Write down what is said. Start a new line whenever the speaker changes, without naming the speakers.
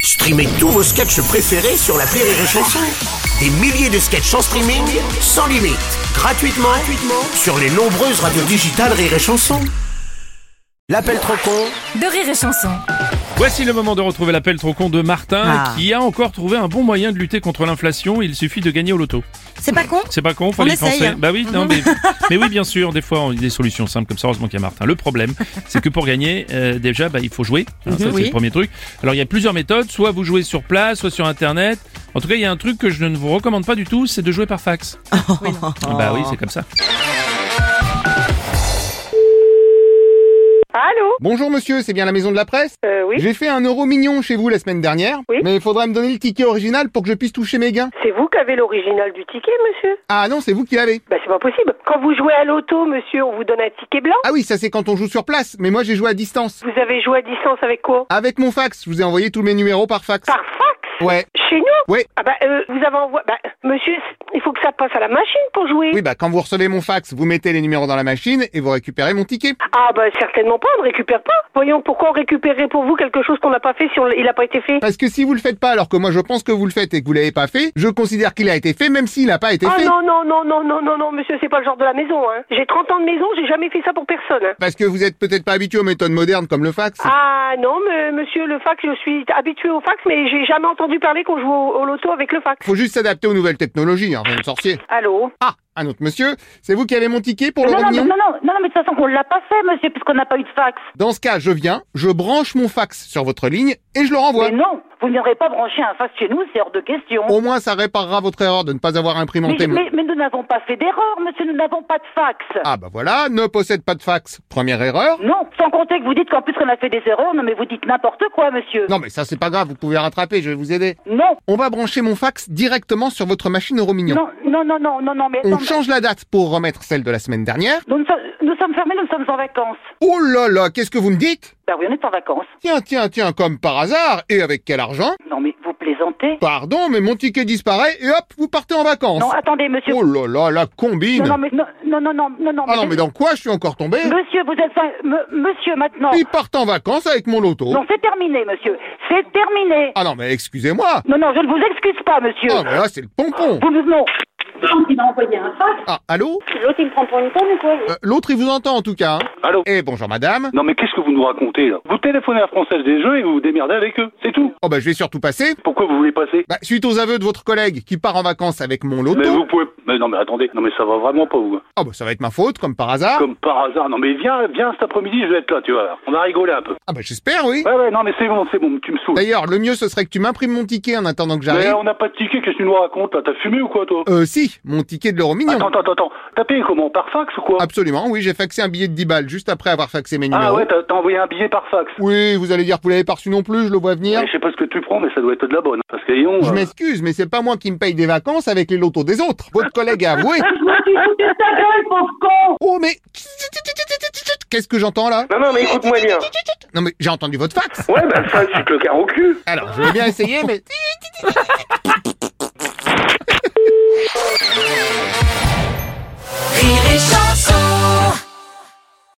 Streamez tous vos sketchs préférés sur la Rire et Chanson. Des milliers de sketchs en streaming, sans limite, gratuitement, gratuitement sur les nombreuses radios digitales Rire et Chanson. L'appel trop con
de rire et chanson.
Voici le moment de retrouver l'appel trop con de Martin
Ah.
qui a encore trouvé un bon moyen de lutter contre l'inflation. Il suffit de gagner au loto.
C'est pas con
C'est pas con, fallait y
essaye,
penser.
hein.
Bah oui, non, mais, mais oui, bien sûr. Des fois, on a des solutions simples comme ça. Heureusement qu'il y a Martin. Le problème, c'est que pour gagner, euh, déjà, bah, il faut jouer. Hein, ça, c'est
Mhm. Oui.
le premier truc. Alors, il y a plusieurs méthodes. Soit vous jouez sur place, soit sur Internet. En tout cas, il y a un truc que je ne vous recommande pas du tout, c'est de jouer par fax. Bah oui, c'est comme ça.
Allô
Bonjour monsieur, c'est bien la maison de la presse
Euh, oui.
J'ai fait un euro mignon chez vous la semaine dernière,
Oui.
mais il faudrait me donner le ticket original pour que je puisse toucher mes gains.
C'est vous qui avez l'original du ticket, monsieur
Ah non, c'est vous qui l'avez.
Bah, c'est pas possible. Quand vous jouez à l'auto, monsieur, on vous donne un ticket blanc
Ah oui, ça c'est quand on joue sur place, mais moi j'ai joué à distance.
Vous avez joué à distance avec quoi
Avec mon fax, je vous ai envoyé tous mes numéros par fax.
Par fax
Ouais.
Chez nous
Oui.
Ah bah, euh, vous avez envoyé... Bah, monsieur, il faut que ça passe à la machine pour jouer.
Oui, bah quand vous recevez mon fax, vous mettez les numéros dans la machine et vous récupérez mon ticket.
Ah bah, certainement pas, on ne récupère pas. Voyons, pourquoi on récupérerait pour vous quelque chose qu'on n'a pas fait si on l- il n'a pas été fait
Parce que si vous le faites pas alors que moi je pense que vous le faites et que vous l'avez pas fait, je considère qu'il a été fait même s'il n'a pas été
Ah
fait.
non, non, non, non, non, non, non, monsieur, c'est pas le genre de la maison, hein. J'ai 30 ans de maison, j'ai jamais fait ça pour personne, hein.
Parce que vous êtes peut-être pas habitué aux méthodes modernes comme le fax.
Ah non, mais, monsieur, le fax, je suis habitué au fax, mais j'ai jamais entendu parler qu'on joue au, au loto avec le fax.
Faut juste s'adapter aux nouvelles technologies, hein, jeune sorcier.
Allô
Ah, un autre monsieur, c'est vous qui avez mon ticket pour le
Non, non,
mignon
mais- non, non, non, non, mais de toute façon, on l'a pas fait, monsieur, puisqu'on n'a pas eu de fax.
Dans ce cas, je viens, je branche mon fax sur votre ligne et je le renvoie.
Mais non, vous ne viendrez pas brancher un fax chez nous, c'est hors de question.
Au moins, ça réparera votre erreur de ne pas avoir
mais,
imprimanté Oh, mon...
mais- mais nous n'avons pas fait d'erreur, monsieur, nous n'avons pas de fax.
Ah bah voilà, ne possède pas de fax. Première erreur.
Non, sans compter que vous dites qu'en plus qu'on a fait des erreurs, non mais vous dites n'importe quoi, monsieur.
Non mais ça c'est pas grave, vous pouvez rattraper, je vais vous aider.
Non,
On va brancher mon fax directement sur votre machine Euromignon.
non, non, non, non, non, non, mais
On
attends,
change la date pour remettre celle de la semaine dernière.
nous, ne so- nous sommes fermés, nous sommes en vacances.
Oh là là, qu'est-ce que vous me dites
Bah oui, on est en vacances.
Tiens, tiens, tiens, comme par hasard, et avec quel argent
Non mais vous plaisantez
Pardon, mais mon ticket disparaît et hop, vous partez en vacances.
Non, attendez, monsieur.
oh là là, la combine
non, non, mais non, non, non, non, non, non,
Ah non, mais dans quoi je suis encore tombé
Monsieur, vous êtes... fin- me- Monsieur, maintenant.
Ils partent en vacances avec mon loto.
Non, c'est terminé, monsieur. C'est terminé.
Ah non, mais excusez-moi.
Non, non, je ne vous excuse pas, monsieur.
Ah, mais là, c'est le pompon.
Vous me... Non.
Ah, allô
L'autre, il me prend pour une conne ou quoi
Euh, L'autre, il vous entend en tout cas. hein.
Allô
Eh, bonjour madame.
Non mais qu'est-ce que vous nous racontez là Vous téléphonez à la Française des Jeux et vous vous démerdez avec eux, c'est tout.
Oh, bah, je vais surtout passer.
Pourquoi vous voulez passer
Bah, suite aux aveux de votre collègue qui part en vacances avec mon loto.
Mais vous pouvez... Mais non mais attendez, non mais ça va vraiment pas vous.
Oh, bah, ça va être ma faute, comme par hasard.
Comme par hasard, non mais viens, viens cet après-midi, je vais être là, tu vois. On a rigolé un peu.
Ah, bah, j'espère, oui.
Ouais ouais, non mais c'est bon, c'est bon, tu me saoules.
D'ailleurs, le mieux, ce serait que tu m'imprimes mon ticket en attendant que
Mais
j'arrive.
on n'a pas de ticket, qu'est-ce que tu nous racontes là T'as fumé ou quoi toi
Euh, si, mon ticket de l'euro mignon.
Attends, attends, attends, t'as payé comment Par fax ou quoi
Absolument, oui, j'ai faxé un billet de 10 balles juste après avoir faxé mes
Ah
numéros.
ouais, t'as t'as envoyé un billet par fax.
Oui, vous allez dire que vous l'avez pas reçu non plus, je le vois venir.
Ouais, Je sais pas ce que tu prends, mais ça doit être de la bonne. Parce que disons,
Je
euh,
m'excuse, mais c'est pas moi qui me paye des vacances avec les lotos des autres. Votre collègue a avoué. Oh, mais. Qu'est-ce que j'entends là
Non, non, mais écoute-moi bien.
Non, mais j'ai entendu votre fax.
Ouais, bah, ça, tu te le carre au cul.
Alors, je vais bien essayer, mais.